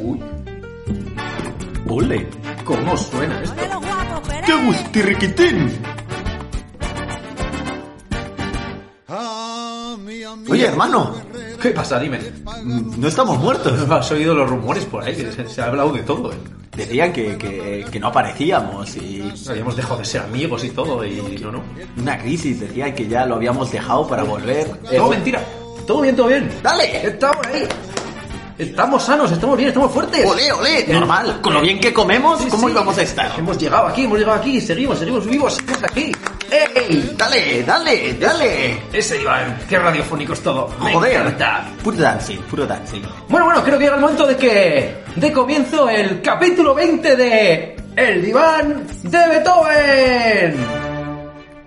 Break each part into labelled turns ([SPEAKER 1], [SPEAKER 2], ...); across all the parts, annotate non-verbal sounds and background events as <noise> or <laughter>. [SPEAKER 1] Uy. ¡Ole! ¿Cómo suena esto?
[SPEAKER 2] ¡Ole los guapos, Jerez!
[SPEAKER 1] ¡Qué gustirriquitín! Oye, hermano.
[SPEAKER 3] ¿Qué pasa? Dime.
[SPEAKER 1] No estamos muertos.
[SPEAKER 3] Has oído los rumores por ahí, que se, se ha hablado de todo. ¿eh?
[SPEAKER 1] Decían que, que- que no aparecíamos y
[SPEAKER 3] Nos habíamos dejado de ser amigos y todo, y no, no.
[SPEAKER 1] una crisis. Decían que ya lo habíamos dejado para volver. Eh,
[SPEAKER 3] Todo mentira. Todo bien, todo bien.
[SPEAKER 1] ¡Dale!
[SPEAKER 3] Estamos ahí. Estamos sanos, estamos bien, estamos fuertes.
[SPEAKER 1] ¡Olé, olé! Normal. Con lo bien que comemos,
[SPEAKER 3] Sí,
[SPEAKER 1] ¿cómo
[SPEAKER 3] sí.
[SPEAKER 1] íbamos a estar?
[SPEAKER 3] Hemos llegado aquí, hemos llegado aquí, seguimos, seguimos vivos, seguimos aquí. ¡Ey!
[SPEAKER 1] ¡Dale, dale, dale!
[SPEAKER 3] Ese Iván, qué radiofónico es todo. Me
[SPEAKER 1] ¡Joder!
[SPEAKER 3] encanta.
[SPEAKER 1] Puro dancing, puro dancing.
[SPEAKER 3] Bueno, bueno, creo que llega el momento de que dé comienzo el capítulo 20 de El diván de Beethoven.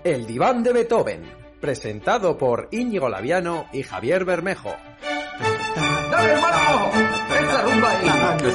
[SPEAKER 4] El diván de Beethoven, presentado por Íñigo Laviano y Javier Bermejo.
[SPEAKER 3] ¡Dale, hermano! ¡Esa rumba ahí!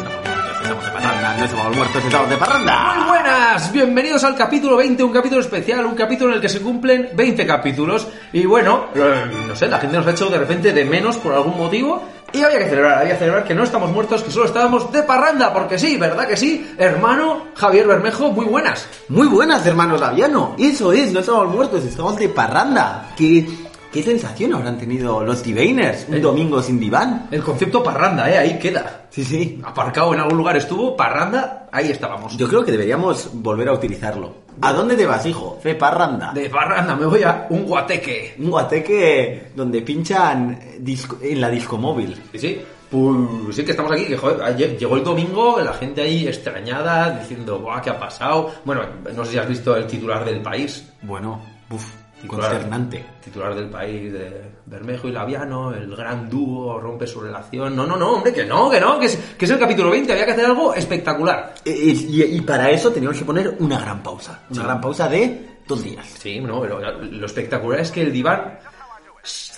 [SPEAKER 1] No estamos muertos, estamos de parranda, no estamos muertos, estamos de parranda.
[SPEAKER 3] Muy buenas, bienvenidos al capítulo 20, un capítulo especial, un capítulo en el que se cumplen 20 capítulos. Y bueno, eh, no sé, la gente nos ha hecho de repente de menos por algún motivo. Y había que celebrar, había que celebrar que no estamos muertos, que solo estábamos de parranda, porque sí, ¿verdad que sí? Hermano Javier Bermejo, muy buenas.
[SPEAKER 1] Muy buenas, hermanos Laviano. Eso es, no estamos muertos, estamos de parranda. ¿Qué, qué sensación habrán tenido los divainers un
[SPEAKER 3] Eh.
[SPEAKER 1] domingo sin diván?
[SPEAKER 3] El concepto parranda, ¿eh? Ahí queda.
[SPEAKER 1] Sí, sí.
[SPEAKER 3] Aparcado en algún lugar estuvo, parranda, ahí estábamos.
[SPEAKER 1] Yo creo que deberíamos volver a utilizarlo. ¿A dónde te vas, hijo? De parranda.
[SPEAKER 3] De parranda me voy a un guateque.
[SPEAKER 1] Un guateque donde pinchan eh, disco- en la discomóvil.
[SPEAKER 3] Sí, sí. Pues sí que estamos aquí, que joder, ayer llegó el domingo, la gente ahí extrañada, diciendo, guau, ¿qué ha pasado? Bueno, no sé si has visto el titular del país.
[SPEAKER 1] Bueno, uff,
[SPEAKER 3] Titular-
[SPEAKER 1] consternante.
[SPEAKER 3] Titular del país de Bermejo y Laviano, el gran dúo rompe su relación. No, no, no, hombre, que no, que no, que es, que es el capítulo 20, había que hacer algo espectacular.
[SPEAKER 1] Eh, Y, y para eso teníamos que poner una gran pausa. Una gran pausa de dos días.
[SPEAKER 3] Sí, no, pero lo espectacular es que el diván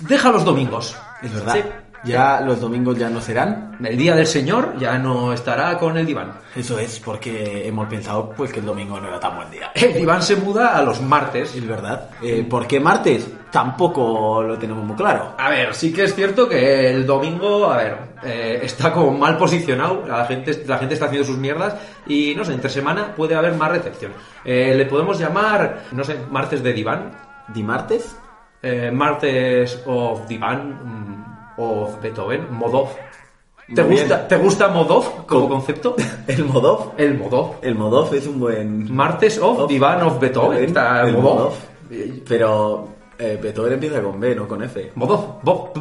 [SPEAKER 3] deja los domingos.
[SPEAKER 1] Es verdad.
[SPEAKER 3] Sí.
[SPEAKER 1] Ya los domingos ya no serán.
[SPEAKER 3] El día del señor ya no estará con el diván.
[SPEAKER 1] Eso es porque hemos pensado pues que el domingo no era tan buen día.
[SPEAKER 3] El diván se muda a los martes.
[SPEAKER 1] Es verdad. Eh, ¿Por qué martes? Tampoco lo tenemos muy claro.
[SPEAKER 3] A ver, sí que es cierto que el domingo, a ver, eh, está como mal posicionado, la gente, la gente está haciendo sus mierdas y no sé, entre semana puede haber más recepción. Eh, le podemos llamar, no sé, martes de diván,
[SPEAKER 1] ¿Di martes?
[SPEAKER 3] eh, martes of diván, mm, of Beethoven, Modov. ¿Te
[SPEAKER 1] Muy
[SPEAKER 3] gusta,
[SPEAKER 1] bien.
[SPEAKER 3] ¿Te gusta Modov como concepto?
[SPEAKER 1] ¿El Modov?
[SPEAKER 3] El Modov.
[SPEAKER 1] El Modov es un buen...
[SPEAKER 3] Martes of,
[SPEAKER 1] Of-
[SPEAKER 3] Divan of Beethoven. Está
[SPEAKER 1] el
[SPEAKER 3] Modov.
[SPEAKER 1] Modov. Pero eh, Beethoven empieza con B, no con F.
[SPEAKER 3] Modov, Bob,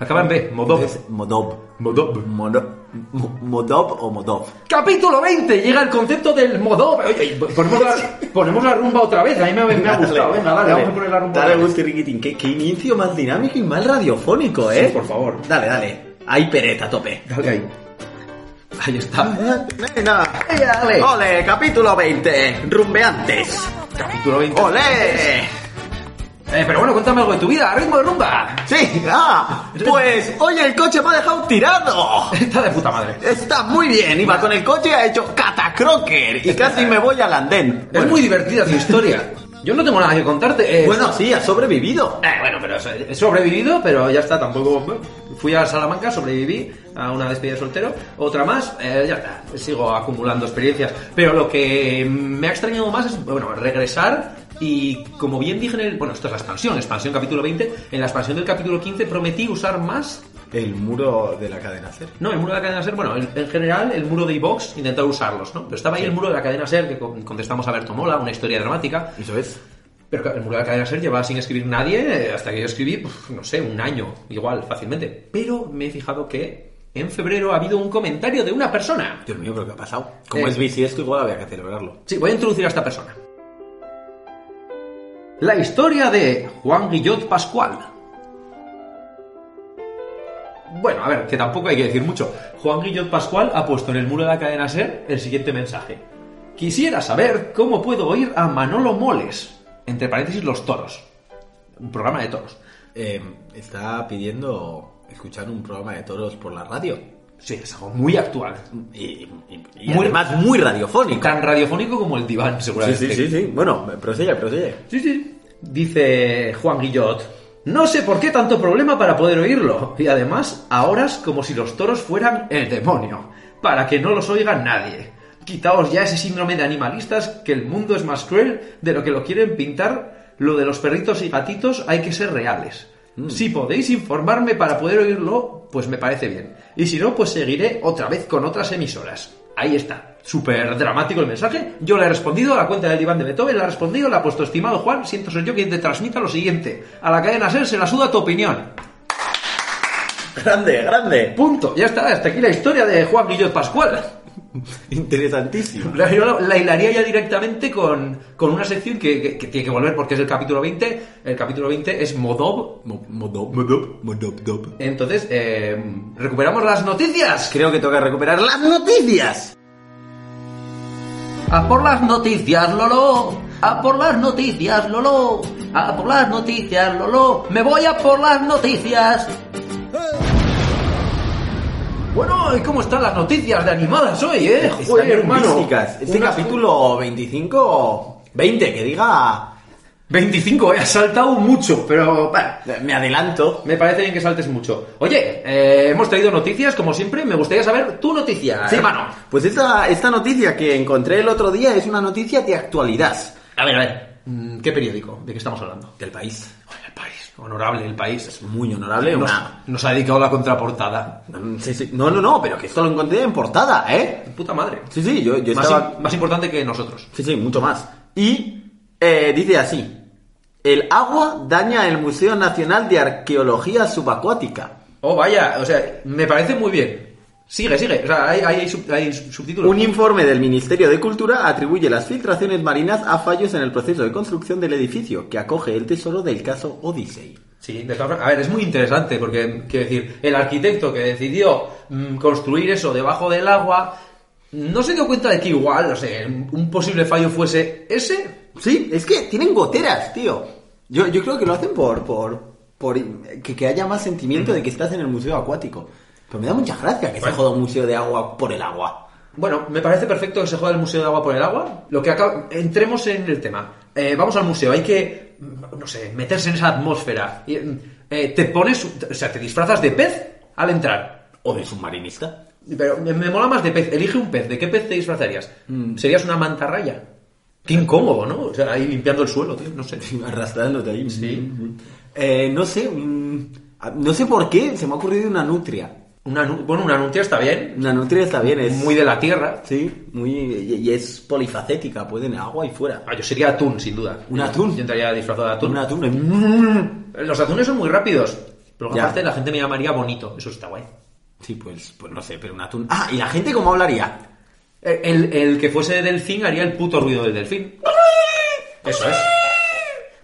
[SPEAKER 3] acaba en B, Modov.
[SPEAKER 1] Es Modov.
[SPEAKER 3] Modov.
[SPEAKER 1] Mono- Mo- Modov o Modov.
[SPEAKER 3] Capítulo 20, llega el concepto del Modov. Oye, ponemos <laughs> la, ponemos la rumba otra vez, a mí me, me ha gustado. Venga, dale, vamos a poner la rumba.
[SPEAKER 1] Dale,
[SPEAKER 3] otra vez.
[SPEAKER 1] Gusti Riquitín. Qué, qué inicio más dinámico y más radiofónico, ¿eh?
[SPEAKER 3] Sí, por favor.
[SPEAKER 1] Dale, dale. Ahí pereta a tope.
[SPEAKER 3] Dale ahí. Ahí está.
[SPEAKER 1] Venga, dale. Ole, capítulo 20, rumbeantes.
[SPEAKER 3] Capítulo 20.
[SPEAKER 1] Ole.
[SPEAKER 3] Eh, pero bueno, cuéntame algo de tu vida, a ritmo de rumba.
[SPEAKER 1] Sí, ah, pues hoy el coche me ha dejado tirado.
[SPEAKER 3] Está de puta madre.
[SPEAKER 1] Está muy bien, iba con el coche, ha hecho catacroker y casi me voy al andén.
[SPEAKER 3] Es muy divertida tu historia. Yo no tengo nada que contarte. eh,
[SPEAKER 1] Bueno, sí, ha sobrevivido.
[SPEAKER 3] Eh, bueno, pero so- he sobrevivido, pero ya está, tampoco. Fui a Salamanca, sobreviví a una despedida de soltero, otra más, eh, ya está, sigo acumulando experiencias. Pero lo que me ha extrañado más es, bueno, regresar y, como bien dije en el. Bueno, esta es la expansión, expansión capítulo 20. En la expansión del capítulo 15 prometí usar más.
[SPEAKER 1] El muro de la cadena ser.
[SPEAKER 3] No, el muro de la cadena ser, bueno, el- en general el muro de iBox, intentar usarlos, ¿no? Pero estaba ahí el muro de la cadena ser, que con- contestamos a Bertomola, una historia dramática.
[SPEAKER 1] Eso es.
[SPEAKER 3] Pero claro, el muro de la cadena ser llevaba sin escribir nadie eh, hasta que yo escribí, puf, no sé, un año, igual, fácilmente. Pero me he fijado que en febrero ha habido un comentario de una persona.
[SPEAKER 1] Dios mío, pero ¿qué ha pasado?
[SPEAKER 3] Eh.
[SPEAKER 1] Como es bici esto, igual había que celebrarlo.
[SPEAKER 3] Sí, voy a introducir a esta persona. La historia de Juan Guillot Pascual. Bueno, a ver, que tampoco hay que decir mucho. Juan Guillot Pascual ha puesto en el muro de la cadena Ser el siguiente mensaje. Quisiera saber cómo puedo oír a Manolo Moles. Entre paréntesis, los toros. Un programa de toros.
[SPEAKER 1] Eh, está pidiendo escuchar un programa de toros por la radio.
[SPEAKER 3] Sí, es algo muy actual.
[SPEAKER 1] Y, y- y
[SPEAKER 3] Muy-
[SPEAKER 1] además muy radiofónico.
[SPEAKER 3] Tan radiofónico como el diván,
[SPEAKER 1] Sí,
[SPEAKER 3] seguramente.
[SPEAKER 1] sí, sí, sí. Bueno, prosigue, prosigue.
[SPEAKER 3] Sí, sí. Dice Juan Guillot. No sé por qué tanto problema para poder oírlo. Y además, a horas como si los toros fueran el demonio. para que no los oiga nadie. Quitaos ya ese síndrome de animalistas que el mundo es más cruel de lo que lo quieren pintar. Lo de los perritos y gatitos hay que ser reales. Si podéis informarme para poder oírlo, pues me parece bien. Y si no, pues seguiré otra vez con otras emisoras. Ahí está. Súper dramático el mensaje. Yo le he respondido a la cuenta del diván de Beethoven, le he respondido, le ha puesto estimado Juan, siento ser yo quien te transmita lo siguiente. A la cadena SER se la suda tu opinión.
[SPEAKER 1] Grande, grande.
[SPEAKER 3] Punto. Ya está. Hasta aquí la historia de Juan Guillot Pascual. <laughs>
[SPEAKER 1] Interesantísimo.
[SPEAKER 3] La, yo la- la hilaría ya directamente con, con una sección que, que- que tiene que volver porque es el capítulo 20. El capítulo 20 es Modob.
[SPEAKER 1] Mo- Modop. Modop. Modop. dop.
[SPEAKER 3] Entonces, eh, recuperamos las noticias.
[SPEAKER 1] Creo que toca recuperar las noticias.
[SPEAKER 3] A por las noticias, Lolo. A por las noticias, Lolo. A por las noticias, Lolo. Me voy a por las noticias. Bueno, ¿y cómo están las noticias de animadas hoy, eh?
[SPEAKER 1] Están
[SPEAKER 3] Joder, hermano.
[SPEAKER 1] magníficas. Este
[SPEAKER 3] Unas-
[SPEAKER 1] capítulo 25, 20, que diga.
[SPEAKER 3] 25, eh, ha saltado mucho, pero... bah,
[SPEAKER 1] Me adelanto.
[SPEAKER 3] Me parece bien que saltes mucho. Oye, eh, hemos traído noticias, como siempre. Me gustaría saber tu noticia, hermano.
[SPEAKER 1] Pues esta, esta noticia que encontré el otro día es una noticia de actualidad.
[SPEAKER 3] A ver, a ver. Mm, ¿Qué periódico? ¿De qué estamos hablando?
[SPEAKER 1] Del país.
[SPEAKER 3] Oye, El país. Pues Honorable, el país.
[SPEAKER 1] Muy honorable.
[SPEAKER 3] Nos,
[SPEAKER 1] una-
[SPEAKER 3] nos ha dedicado la contraportada.
[SPEAKER 1] Sí, sí. No, no, no, pero que esto lo encontré en portada, ¿eh?
[SPEAKER 3] Puta madre.
[SPEAKER 1] Sí, sí, yo, yo
[SPEAKER 3] más,
[SPEAKER 1] estaba...
[SPEAKER 3] im- más importante que nosotros.
[SPEAKER 1] Sí, sí, mucho más. Y eh, dice así. El agua daña el Museo Nacional de Arqueología Subacuática.
[SPEAKER 3] Oh, vaya. O sea, me parece muy bien. Sigue, sigue. O sea, hay, hay, sub- hay sub- subtítulos.
[SPEAKER 1] Un informe del Ministerio de Cultura atribuye las filtraciones marinas a fallos en el proceso de construcción del edificio que acoge el tesoro del caso Odyssey.
[SPEAKER 3] Sí, de todas formas- a ver, es muy interesante porque, quiero decir, el arquitecto que decidió mm, construir eso debajo del agua no se dio cuenta de que igual, no sé, un posible fallo fuese ese.
[SPEAKER 1] Sí, es que tienen goteras, tío. Yo, yo creo que lo hacen por, por, por que, que haya más sentimiento de que estás en el museo acuático. Pero me da mucha gracia que
[SPEAKER 3] Bueno.
[SPEAKER 1] se joda un museo de agua por el agua.
[SPEAKER 3] Bueno, me parece perfecto que se juegue el Museo de Agua por el Agua. Lo que acaba... Entremos en el tema. Eh, vamos al museo, hay que, mm, no sé, meterse en esa atmósfera. Y, mm, eh, te pones, o sea, te disfrazas de pez al entrar.
[SPEAKER 1] O de submarinista.
[SPEAKER 3] Pero me, me mola más de pez. Elige un pez. ¿De qué pez te disfrazarías?
[SPEAKER 1] Mm.
[SPEAKER 3] ¿Serías una mantarraya? Qué incómodo, ¿no? O sea, ahí limpiando el suelo, tío. No sé.
[SPEAKER 1] <laughs> Arrastrándote ahí.
[SPEAKER 3] Sí.
[SPEAKER 1] Eh, no sé, mm, no sé por qué se me ha ocurrido una nutria.
[SPEAKER 3] Una, nu- bueno, una nutria está bien.
[SPEAKER 1] Una nutria está bien, es
[SPEAKER 3] Muy de la tierra.
[SPEAKER 1] Sí, muy, y, y es polifacética, puede en agua y fuera.
[SPEAKER 3] Ah, yo sería atún, sin duda.
[SPEAKER 1] ¿Un atún?
[SPEAKER 3] Yo entraría disfrazado de atún.
[SPEAKER 1] Un atún. mm.
[SPEAKER 3] Los atunes son muy rápidos. Pero
[SPEAKER 1] Ya.
[SPEAKER 3] aparte la gente me llamaría bonito. Eso está guay.
[SPEAKER 1] <laughs> Sí, pues, pues no sé, pero un atún. Ah, ¿y la gente cómo hablaría?
[SPEAKER 3] Eh, El, el que fuese delfín haría el puto ruido del delfín. Eso es.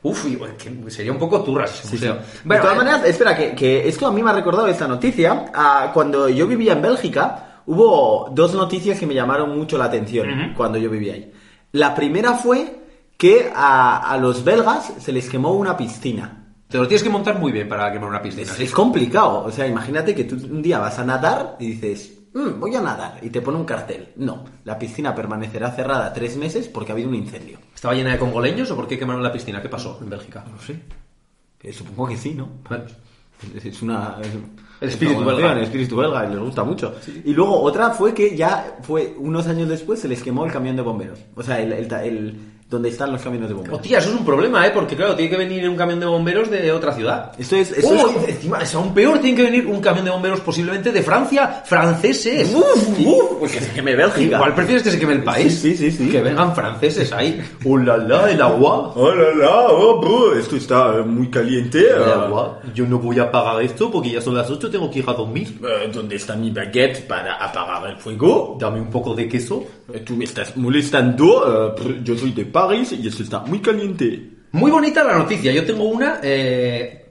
[SPEAKER 3] Uf, y, bueno, que sería un poco turras ese museo.
[SPEAKER 1] de todas
[SPEAKER 3] eh,
[SPEAKER 1] maneras, espera, que, que esto a mí me ha recordado esta noticia. a cuando yo vivía en Bélgica, hubo dos noticias que me llamaron mucho la atención
[SPEAKER 3] Ujú.
[SPEAKER 1] cuando yo vivía ahí. La primera fue que a, a los belgas se les quemó una piscina.
[SPEAKER 3] Te lo tienes que montar muy bien para quemar una piscina.
[SPEAKER 1] Es,
[SPEAKER 3] ¿sí?
[SPEAKER 1] es complicado. O sea, imagínate que tú un día vas a nadar y dices, "Mm, voy a nadar, y te pone un cartel. No, la piscina permanecerá cerrada tres meses porque ha habido un incendio.
[SPEAKER 3] ¿Estaba llena de congoleños o por qué quemaron la piscina? ¿Qué pasó en Bélgica?
[SPEAKER 1] No sé. Eh, supongo que sí, ¿no?
[SPEAKER 3] Bueno,
[SPEAKER 1] Es- Es una. es-
[SPEAKER 3] El espíritu
[SPEAKER 1] una
[SPEAKER 3] belga.
[SPEAKER 1] El espíritu belga, y les gusta mucho. Y luego otra fue que ya fue unos años después se les quemó el camión de bomberos. O sea, el, el, ta- el- donde están los camiones de bomberos.
[SPEAKER 3] Hostia, eso es un problema, ¿eh? Porque claro, tiene que venir un camión de bomberos de otra ciudad.
[SPEAKER 1] Esto es- esto
[SPEAKER 3] Oh,
[SPEAKER 1] es como-
[SPEAKER 3] encima, es aún peor, tiene que venir un camión de bomberos posiblemente de Francia, franceses.
[SPEAKER 1] Uf, uf, pues que se queme Bélgica.
[SPEAKER 3] Igual prefieres que se queme el país.
[SPEAKER 1] Sí, sí, sí, sí.
[SPEAKER 3] Que vengan franceses ahí. <laughs> ¡Ulala, el agua!
[SPEAKER 1] Hola, hola, oh, bro, esto está eh, muy caliente.
[SPEAKER 3] El
[SPEAKER 1] ah.
[SPEAKER 3] agua. Yo no voy a pagar esto porque ya son las 8, tengo que ir a dormir.
[SPEAKER 1] Eh, ¿Dónde está mi baguette para apagar el fuego?
[SPEAKER 3] Dame un poco de queso.
[SPEAKER 1] Eh, Tú me estás molestando. eh, pr- yo soy de París y esto está muy caliente.
[SPEAKER 3] Muy bonita la noticia. Yo tengo una eh,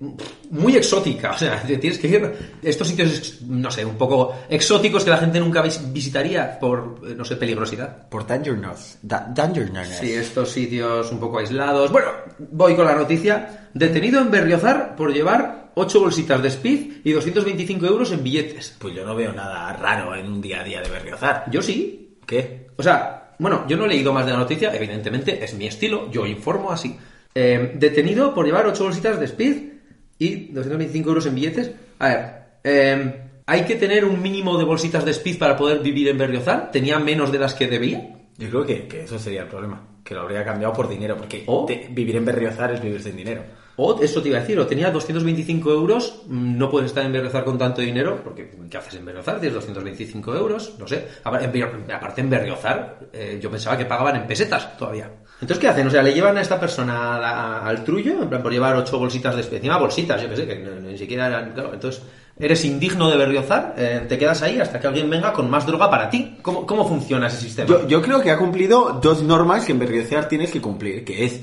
[SPEAKER 3] muy exótica. <laughs> O sea, te tienes que ir a estos sitios, ex- no sé, un poco exóticos que la gente nunca vis- visitaría por, eh, no sé, peligrosidad.
[SPEAKER 1] Por Dangerous. Da Dangerous.
[SPEAKER 3] Sí, estos sitios un poco aislados. Bueno, voy con la noticia. Detenido en Berriozar por llevar 8 bolsitas de Speed y 225 euros en billetes.
[SPEAKER 1] Pues yo no veo nada raro en un día a día de Berriozar.
[SPEAKER 3] Yo sí,
[SPEAKER 1] ¿Qué?
[SPEAKER 3] O sea, bueno, yo no he leído más de la noticia, evidentemente es mi estilo, yo informo así. Eh, detenido por llevar 8 bolsitas de speed y 225 euros en billetes. A ver, eh, ¿Hay que tener un mínimo de bolsitas de speed para poder vivir en Berriozán? ¿Tenía menos de las que debía?
[SPEAKER 1] Yo creo que, que eso sería el problema. Que lo habría cambiado por dinero. Porque
[SPEAKER 3] ¿O?
[SPEAKER 1] te- vivir en Berriozar es vivir sin dinero.
[SPEAKER 3] O, eso te iba a decir, o tenía 225 euros, mm, no puedes estar en Berriozar con tanto dinero, porque ¿qué haces en Berriozar? Tienes 225 euros, no sé. A ver, en Berrio- Aparte en Berriozar, eh, yo pensaba que pagaban en pesetas todavía. Entonces, ¿qué hacen? O sea, le llevan a esta persona a la- al trullo, en plan, por llevar ocho bolsitas de espe- encima bolsitas, yo que sé, que no- ni siquiera eran, claro, entonces... Eres indigno de Berriozar, eh, te quedas ahí hasta que alguien venga con más droga para ti. ¿Cómo, cómo funciona ese sistema?
[SPEAKER 1] Yo, yo creo que ha cumplido dos normas que en Berriozar tienes que cumplir, que es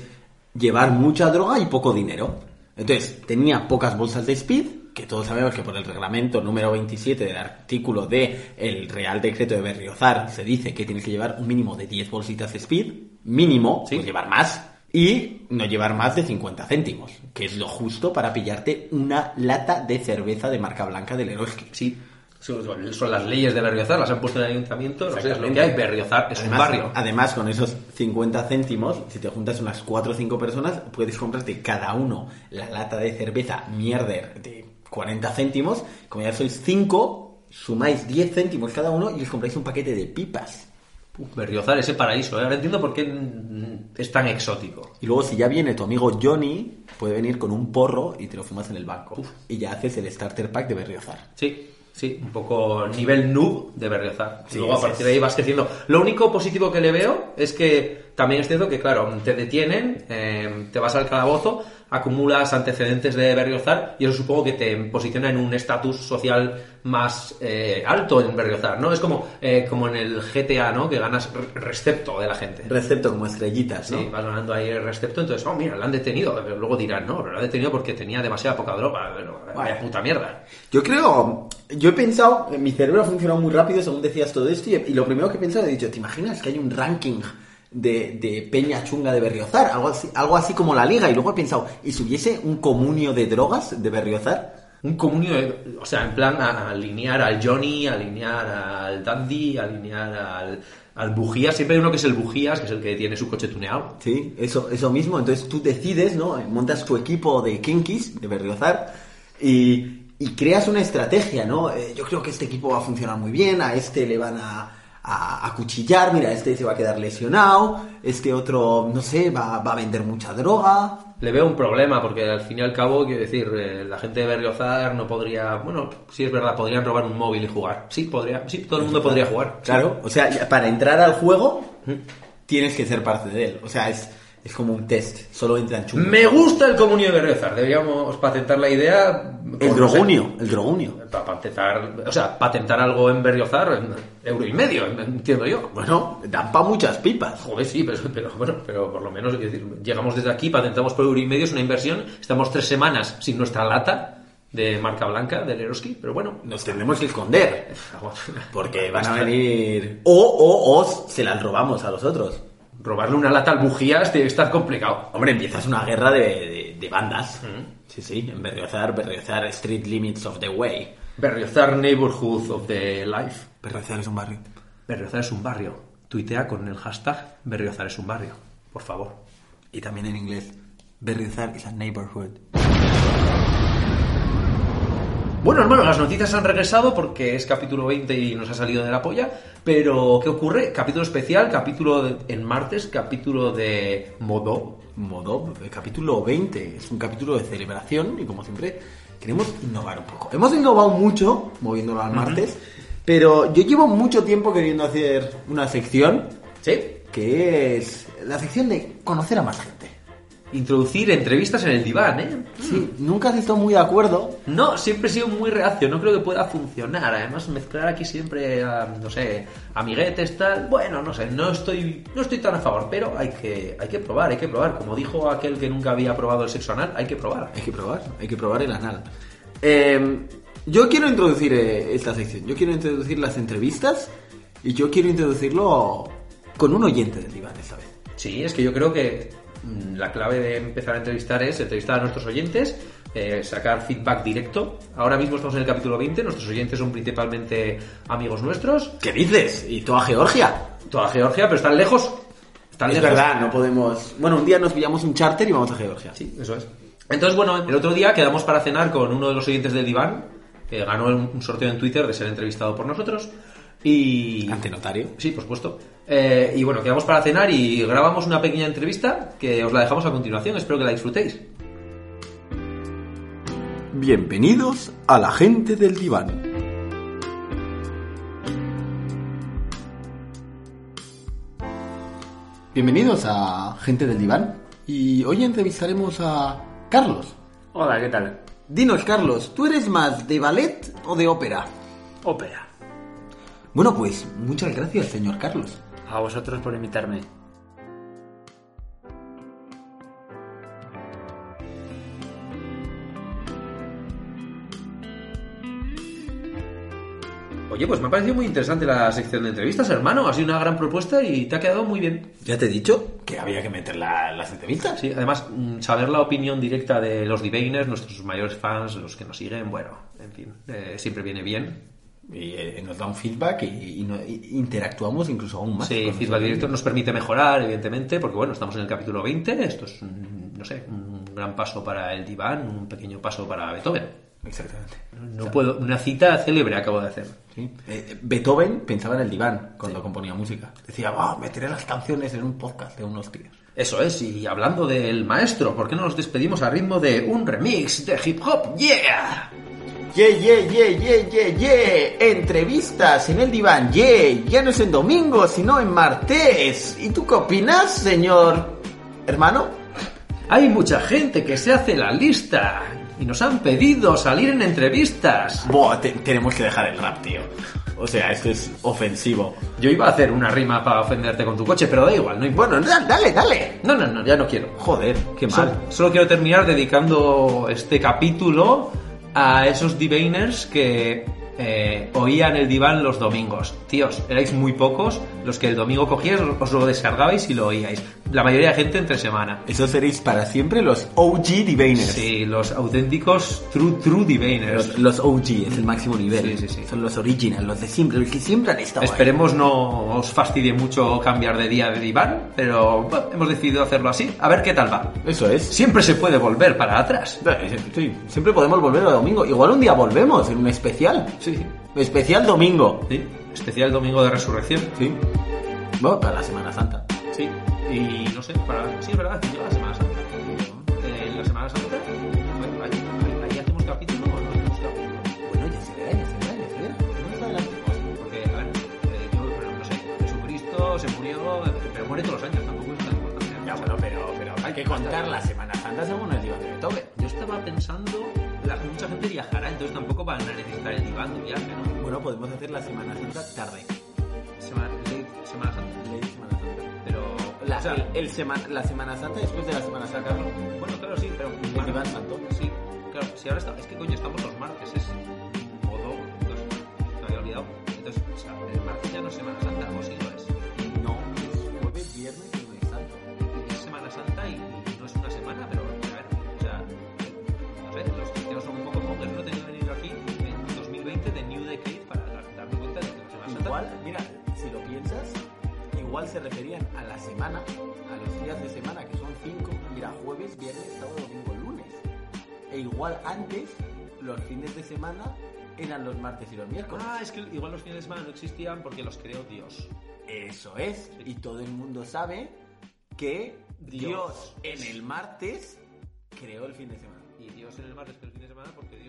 [SPEAKER 1] llevar mucha droga y poco dinero. Entonces, tenía pocas bolsas de speed, que todos sabemos que por el reglamento número 27 del artículo de el Real Decreto de Berriozar se dice que tienes que llevar un mínimo de 10 bolsitas de speed, mínimo,
[SPEAKER 3] Sí.
[SPEAKER 1] puedes llevar más, y no llevar más de 50 céntimos, que es lo justo para pillarte una lata de cerveza de marca blanca del Eroski.
[SPEAKER 3] Sí. Son son las leyes de Berriozar, las han puesto en el ayuntamiento, no sé, es lo que
[SPEAKER 1] Exactamente.
[SPEAKER 3] hay. Berriozar es un barrio.
[SPEAKER 1] Además, con esos 50 céntimos, si te juntas unas 4 o 5 personas, puedes comprarte cada uno la lata de cerveza mierder de 40 céntimos. Como ya sois 5, sumáis 10 céntimos cada uno y os compráis un paquete de pipas.
[SPEAKER 3] Uf, Berriozar, ese paraíso, ¿eh? ahora entiendo por qué mm, es tan exótico.
[SPEAKER 1] Y luego, si ya viene tu amigo Johnny, puede venir con un porro y te lo fumas en el banco. Y ya haces el starter pack de Berriozar.
[SPEAKER 3] Sí, sí, un poco nivel noob de Berriozar.
[SPEAKER 1] Sí,
[SPEAKER 3] Luego a
[SPEAKER 1] sí,
[SPEAKER 3] partir
[SPEAKER 1] sí.
[SPEAKER 3] de ahí vas creciendo. Lo único positivo que le veo es que también es cierto que, claro, te detienen, eh, te vas al calabozo, acumulas antecedentes de Berriozar y eso supongo que te posiciona en un estatus social más eh, alto en Berriozar, ¿no? Es como, eh, como en el GTA, ¿no? Que ganas re- recepto de la gente.
[SPEAKER 1] Recepto como estrellitas, ¿no?
[SPEAKER 3] Sí, vas ganando ahí el recepto, entonces, oh, mira, lo han detenido. Pero Luego dirán, no, pero lo han detenido porque tenía demasiada poca droga. Bueno, vaya puta mierda.
[SPEAKER 1] Yo creo, yo he pensado, mi cerebro ha funcionado muy rápido según decías todo esto, y, y lo primero que he pensado he dicho, ¿te imaginas que hay un ranking de, de peña chunga de Berriozar? Algo así, algo así como la liga, y luego he pensado, ¿y si hubiese un comunio de drogas de Berriozar?
[SPEAKER 3] Un comunio, de- o sea, en plan a- a alinear al Johnny, alinear al Dandy, alinear al, al Bujías. Siempre hay uno que es el Bujías, que es el que tiene su coche tuneado.
[SPEAKER 1] Sí, eso, eso mismo, entonces tú decides, ¿no? Montas tu equipo de Kinkis de Berriozar y, y creas una estrategia, ¿no? Eh, yo creo que este equipo va a funcionar muy bien, a este le van a a acuchillar, mira, este se va a quedar lesionado, este otro, no sé, va, va a vender mucha droga,
[SPEAKER 3] Le veo un problema, porque al fin y al cabo, quiero decir, eh, la gente de Berriozar no podría, bueno, sí es verdad, podrían robar un móvil y jugar. Sí, podría, sí, todo el mundo podría jugar.
[SPEAKER 1] Claro, o sea, ya para entrar al juego tienes que ser parte de él. O sea, es, es como un test, solo entran chungos.
[SPEAKER 3] Me gusta el comunio de Berriozar, deberíamos patentar la idea.
[SPEAKER 1] El
[SPEAKER 3] con- no sé,
[SPEAKER 1] drogunio, el drogunio.
[SPEAKER 3] Para patentar, o sea, patentar algo en Berriozar, en euro y medio, entiendo yo.
[SPEAKER 1] Bueno, dan pa' muchas pipas.
[SPEAKER 3] Joder, sí, pero, pero bueno, pero por lo menos quiero decir, llegamos desde aquí, patentamos por euro y medio, es una inversión, estamos tres semanas sin nuestra lata de marca blanca del Eroski, pero bueno. <laughs>
[SPEAKER 1] Nos tendremos que esconder. Porque van a
[SPEAKER 3] Ostras,
[SPEAKER 1] venir... O, o, o se las robamos a los otros.
[SPEAKER 3] Robarle una lata al bujías debe estar complicado.
[SPEAKER 1] Hombre, empiezas una guerra de, de- de bandas. Sí, sí, en Berriozar, Berriozar, Street Limits of the Way.
[SPEAKER 3] Berriozar Neighborhood of the Life.
[SPEAKER 1] Berriozar es un barrio.
[SPEAKER 3] Berriozar es un barrio. Tuitea con el hashtag Berriozar es un barrio, por favor.
[SPEAKER 1] Y también en inglés, Berriozar is a neighborhood.
[SPEAKER 3] Bueno, hermano, las noticias han regresado porque es capítulo 20 y nos ha salido de la polla. Pero, ¿qué ocurre? Capítulo especial, capítulo de- en martes, capítulo de modo.
[SPEAKER 1] Modo, el capítulo 20, es un capítulo de celebración y como siempre queremos innovar un poco. Hemos innovado mucho moviéndolo al martes, pero yo llevo mucho tiempo queriendo hacer una sección
[SPEAKER 3] ¿Sí?
[SPEAKER 1] que es la sección de conocer a más gente.
[SPEAKER 3] Introducir entrevistas en el diván, ¿eh?
[SPEAKER 1] Sí, nunca has estado muy de acuerdo.
[SPEAKER 3] No, siempre he sido muy reacio, no creo que pueda funcionar. Además, mezclar aquí siempre, a, no sé, amiguetes, tal. Bueno, no sé, no estoy, no estoy tan a favor, pero hay que, hay que probar, hay que probar. Como dijo aquel que nunca había probado el sexo anal, hay que probar.
[SPEAKER 1] Hay que probar, hay que probar el anal. Eh, yo quiero introducir eh, esta sección, yo quiero introducir las entrevistas y yo quiero introducirlo con un oyente del diván esta vez.
[SPEAKER 3] Sí, es que yo creo que mm, la clave de empezar a entrevistar es entrevistar a nuestros oyentes, eh, sacar feedback directo. Ahora mismo estamos en el capítulo 20, nuestros oyentes son principalmente amigos nuestros,
[SPEAKER 1] ¿Qué dices? ¿Y tú a Georgia? pues,
[SPEAKER 3] toda Georgia, pero están lejos. Están
[SPEAKER 1] Es
[SPEAKER 3] lejos.
[SPEAKER 1] verdad, no podemos. Bueno, un día nos pillamos un charter y vamos a Georgia.
[SPEAKER 3] Sí, eso es. Entonces, bueno, el otro día quedamos para cenar con uno de los oyentes del diván, que ganó un un sorteo en Twitter de ser entrevistado por nosotros. Y.
[SPEAKER 1] Ante notario.
[SPEAKER 3] Sí, por supuesto. Eh, y bueno, quedamos para cenar y grabamos una pequeña entrevista que os la dejamos a continuación. Espero que la disfrutéis.
[SPEAKER 1] Bienvenidos a la gente del diván. Bienvenidos a Gente del Diván. Y hoy entrevistaremos a Carlos.
[SPEAKER 2] Hola, ¿qué tal?
[SPEAKER 1] Dinos, Carlos, ¿tú eres más de ballet o de ópera?
[SPEAKER 2] Ópera.
[SPEAKER 1] Bueno, pues muchas gracias, señor Carlos.
[SPEAKER 2] A vosotros por invitarme.
[SPEAKER 3] Oye, pues me ha parecido muy interesante la sección de entrevistas, hermano. Ha sido una gran propuesta y te ha quedado muy bien.
[SPEAKER 1] Ya te he dicho que había que meter la- las entrevistas.
[SPEAKER 3] Sí, además, mm, saber la opinión directa de los Divainers, nuestros mayores fans, los que nos siguen, bueno, en fin, eh, siempre viene bien.
[SPEAKER 1] Y eh, nos da un feedback y, y no- y interactuamos incluso aún más.
[SPEAKER 3] Sí,
[SPEAKER 1] con
[SPEAKER 3] feedback
[SPEAKER 1] nosotros.
[SPEAKER 3] directo nos permite mejorar, evidentemente, porque bueno, estamos en el capítulo 20, esto es, mm, no sé, un gran paso para el diván, un pequeño paso para Beethoven.
[SPEAKER 1] Exactamente.
[SPEAKER 3] No puedo, una cita célebre acabo de hacer.
[SPEAKER 1] Sí. Eh, Beethoven pensaba en el diván cuando componía música. Decía, wow, meteré las canciones en un podcast de unos tíos.
[SPEAKER 3] Eso es, y hablando del maestro, ¿por qué no nos despedimos al ritmo de un remix de hip hop? ¡Yeah!
[SPEAKER 1] Yeah, yeah, yeah, yeah, yeah, yeah. Entrevistas en el diván, yeah. Ya no es en domingo, sino en martes. ¿Y tú qué opinas, señor hermano?
[SPEAKER 3] Hay mucha gente que se hace la lista y nos han pedido salir en entrevistas.
[SPEAKER 1] Buah, te- tenemos que dejar el rap, tío. O sea, esto es ofensivo.
[SPEAKER 3] Yo iba a hacer una rima para ofenderte con tu coche, pero da igual, no importa.
[SPEAKER 1] Bueno, da- dale, dale.
[SPEAKER 3] No, no, no, ya no quiero.
[SPEAKER 1] Joder, qué mal.
[SPEAKER 3] Solo, solo quiero terminar dedicando este capítulo a esos divainers que eh, oían el diván los domingos. Tíos, erais muy pocos los que el domingo cogíais, os lo descargabais y lo oíais. La mayoría de gente entre semana.
[SPEAKER 1] Esos seréis para siempre los OG Divainers.
[SPEAKER 3] Sí, los auténticos true, true divainers.
[SPEAKER 1] Los, los OG es el máximo nivel.
[SPEAKER 3] Sí, sí, sí.
[SPEAKER 1] Son los original, los de siempre, los que siempre han estado. ahí.
[SPEAKER 3] Esperemos no os fastidie mucho cambiar de día de diván, pero bueno, hemos decidido hacerlo así. A ver qué tal va.
[SPEAKER 1] Eso es.
[SPEAKER 3] Siempre se puede volver para
[SPEAKER 1] <laughs>
[SPEAKER 3] atrás.
[SPEAKER 1] Sí, siempre podemos volver a domingo. Igual un día volvemos en un especial.
[SPEAKER 3] Sí.
[SPEAKER 1] Especial domingo.
[SPEAKER 3] sí. Especial domingo de resurrección.
[SPEAKER 1] Sí. Bueno, para la Semana Santa.
[SPEAKER 3] Sí. Y no sé, para... sí, es verdad, llega la Semana Santa. Eh, la Semana Santa, bueno, ahí, ahí- ahí hacemos capítulo o no hacemos capítulo.
[SPEAKER 1] Bueno, ya se verá, ya se verá, ya se verá. Más adelante.
[SPEAKER 3] Porque, a ver, eh, yo, bueno, no sé, Jesucristo se murió, eh, pero muere todos los años, tampoco es tan importante.
[SPEAKER 1] Ya, bueno, pero, pero hay que contar la Semana Santa según el diván de Beethoven.
[SPEAKER 3] Yo estaba pensando, la- mucha gente viajará, entonces tampoco van a necesitar el diván de viaje, ¿no?
[SPEAKER 1] Bueno, podemos hacer la Semana Santa tarde.
[SPEAKER 3] Semana, ley- Semana Santa,
[SPEAKER 1] Ley de Semana Santa.
[SPEAKER 3] pero...
[SPEAKER 1] La,
[SPEAKER 3] o sea,
[SPEAKER 1] el- el sema- la Semana Santa después de la Semana Santa.
[SPEAKER 3] sacarlo. Bueno, claro, sí, pero...
[SPEAKER 1] El diván santo.
[SPEAKER 3] Sí, claro, si ahora está... Es que coño, estamos los martes, es... Modo, entonces, me había olvidado. Entonces, o sea, el martes ya no es Semana Santa, o sí lo es.
[SPEAKER 1] No, es jueves, viernes y jueves santo.
[SPEAKER 3] Es Semana Santa y no es una semana, pero, a ver, o sea... No sé, los cristianos son un poco jóvenes, no tenía que venir aquí en 2020 de New Decade para dar- darme cuenta de que la Semana Santa...
[SPEAKER 1] Igual, mira, si lo piensas, igual se referían a la semana, a los días de semana, que son cinco, y era jueves, viernes, sábado, domingo, lunes. E igual antes, los fines de semana eran los martes y los miércoles.
[SPEAKER 3] Ah, es que igual los fines de semana no existían porque los creó Dios.
[SPEAKER 1] Eso es, y todo el mundo sabe que Dios,
[SPEAKER 3] Dios.
[SPEAKER 1] en el martes creó el fin de semana.
[SPEAKER 3] Y Dios en el martes creó el fin de semana porque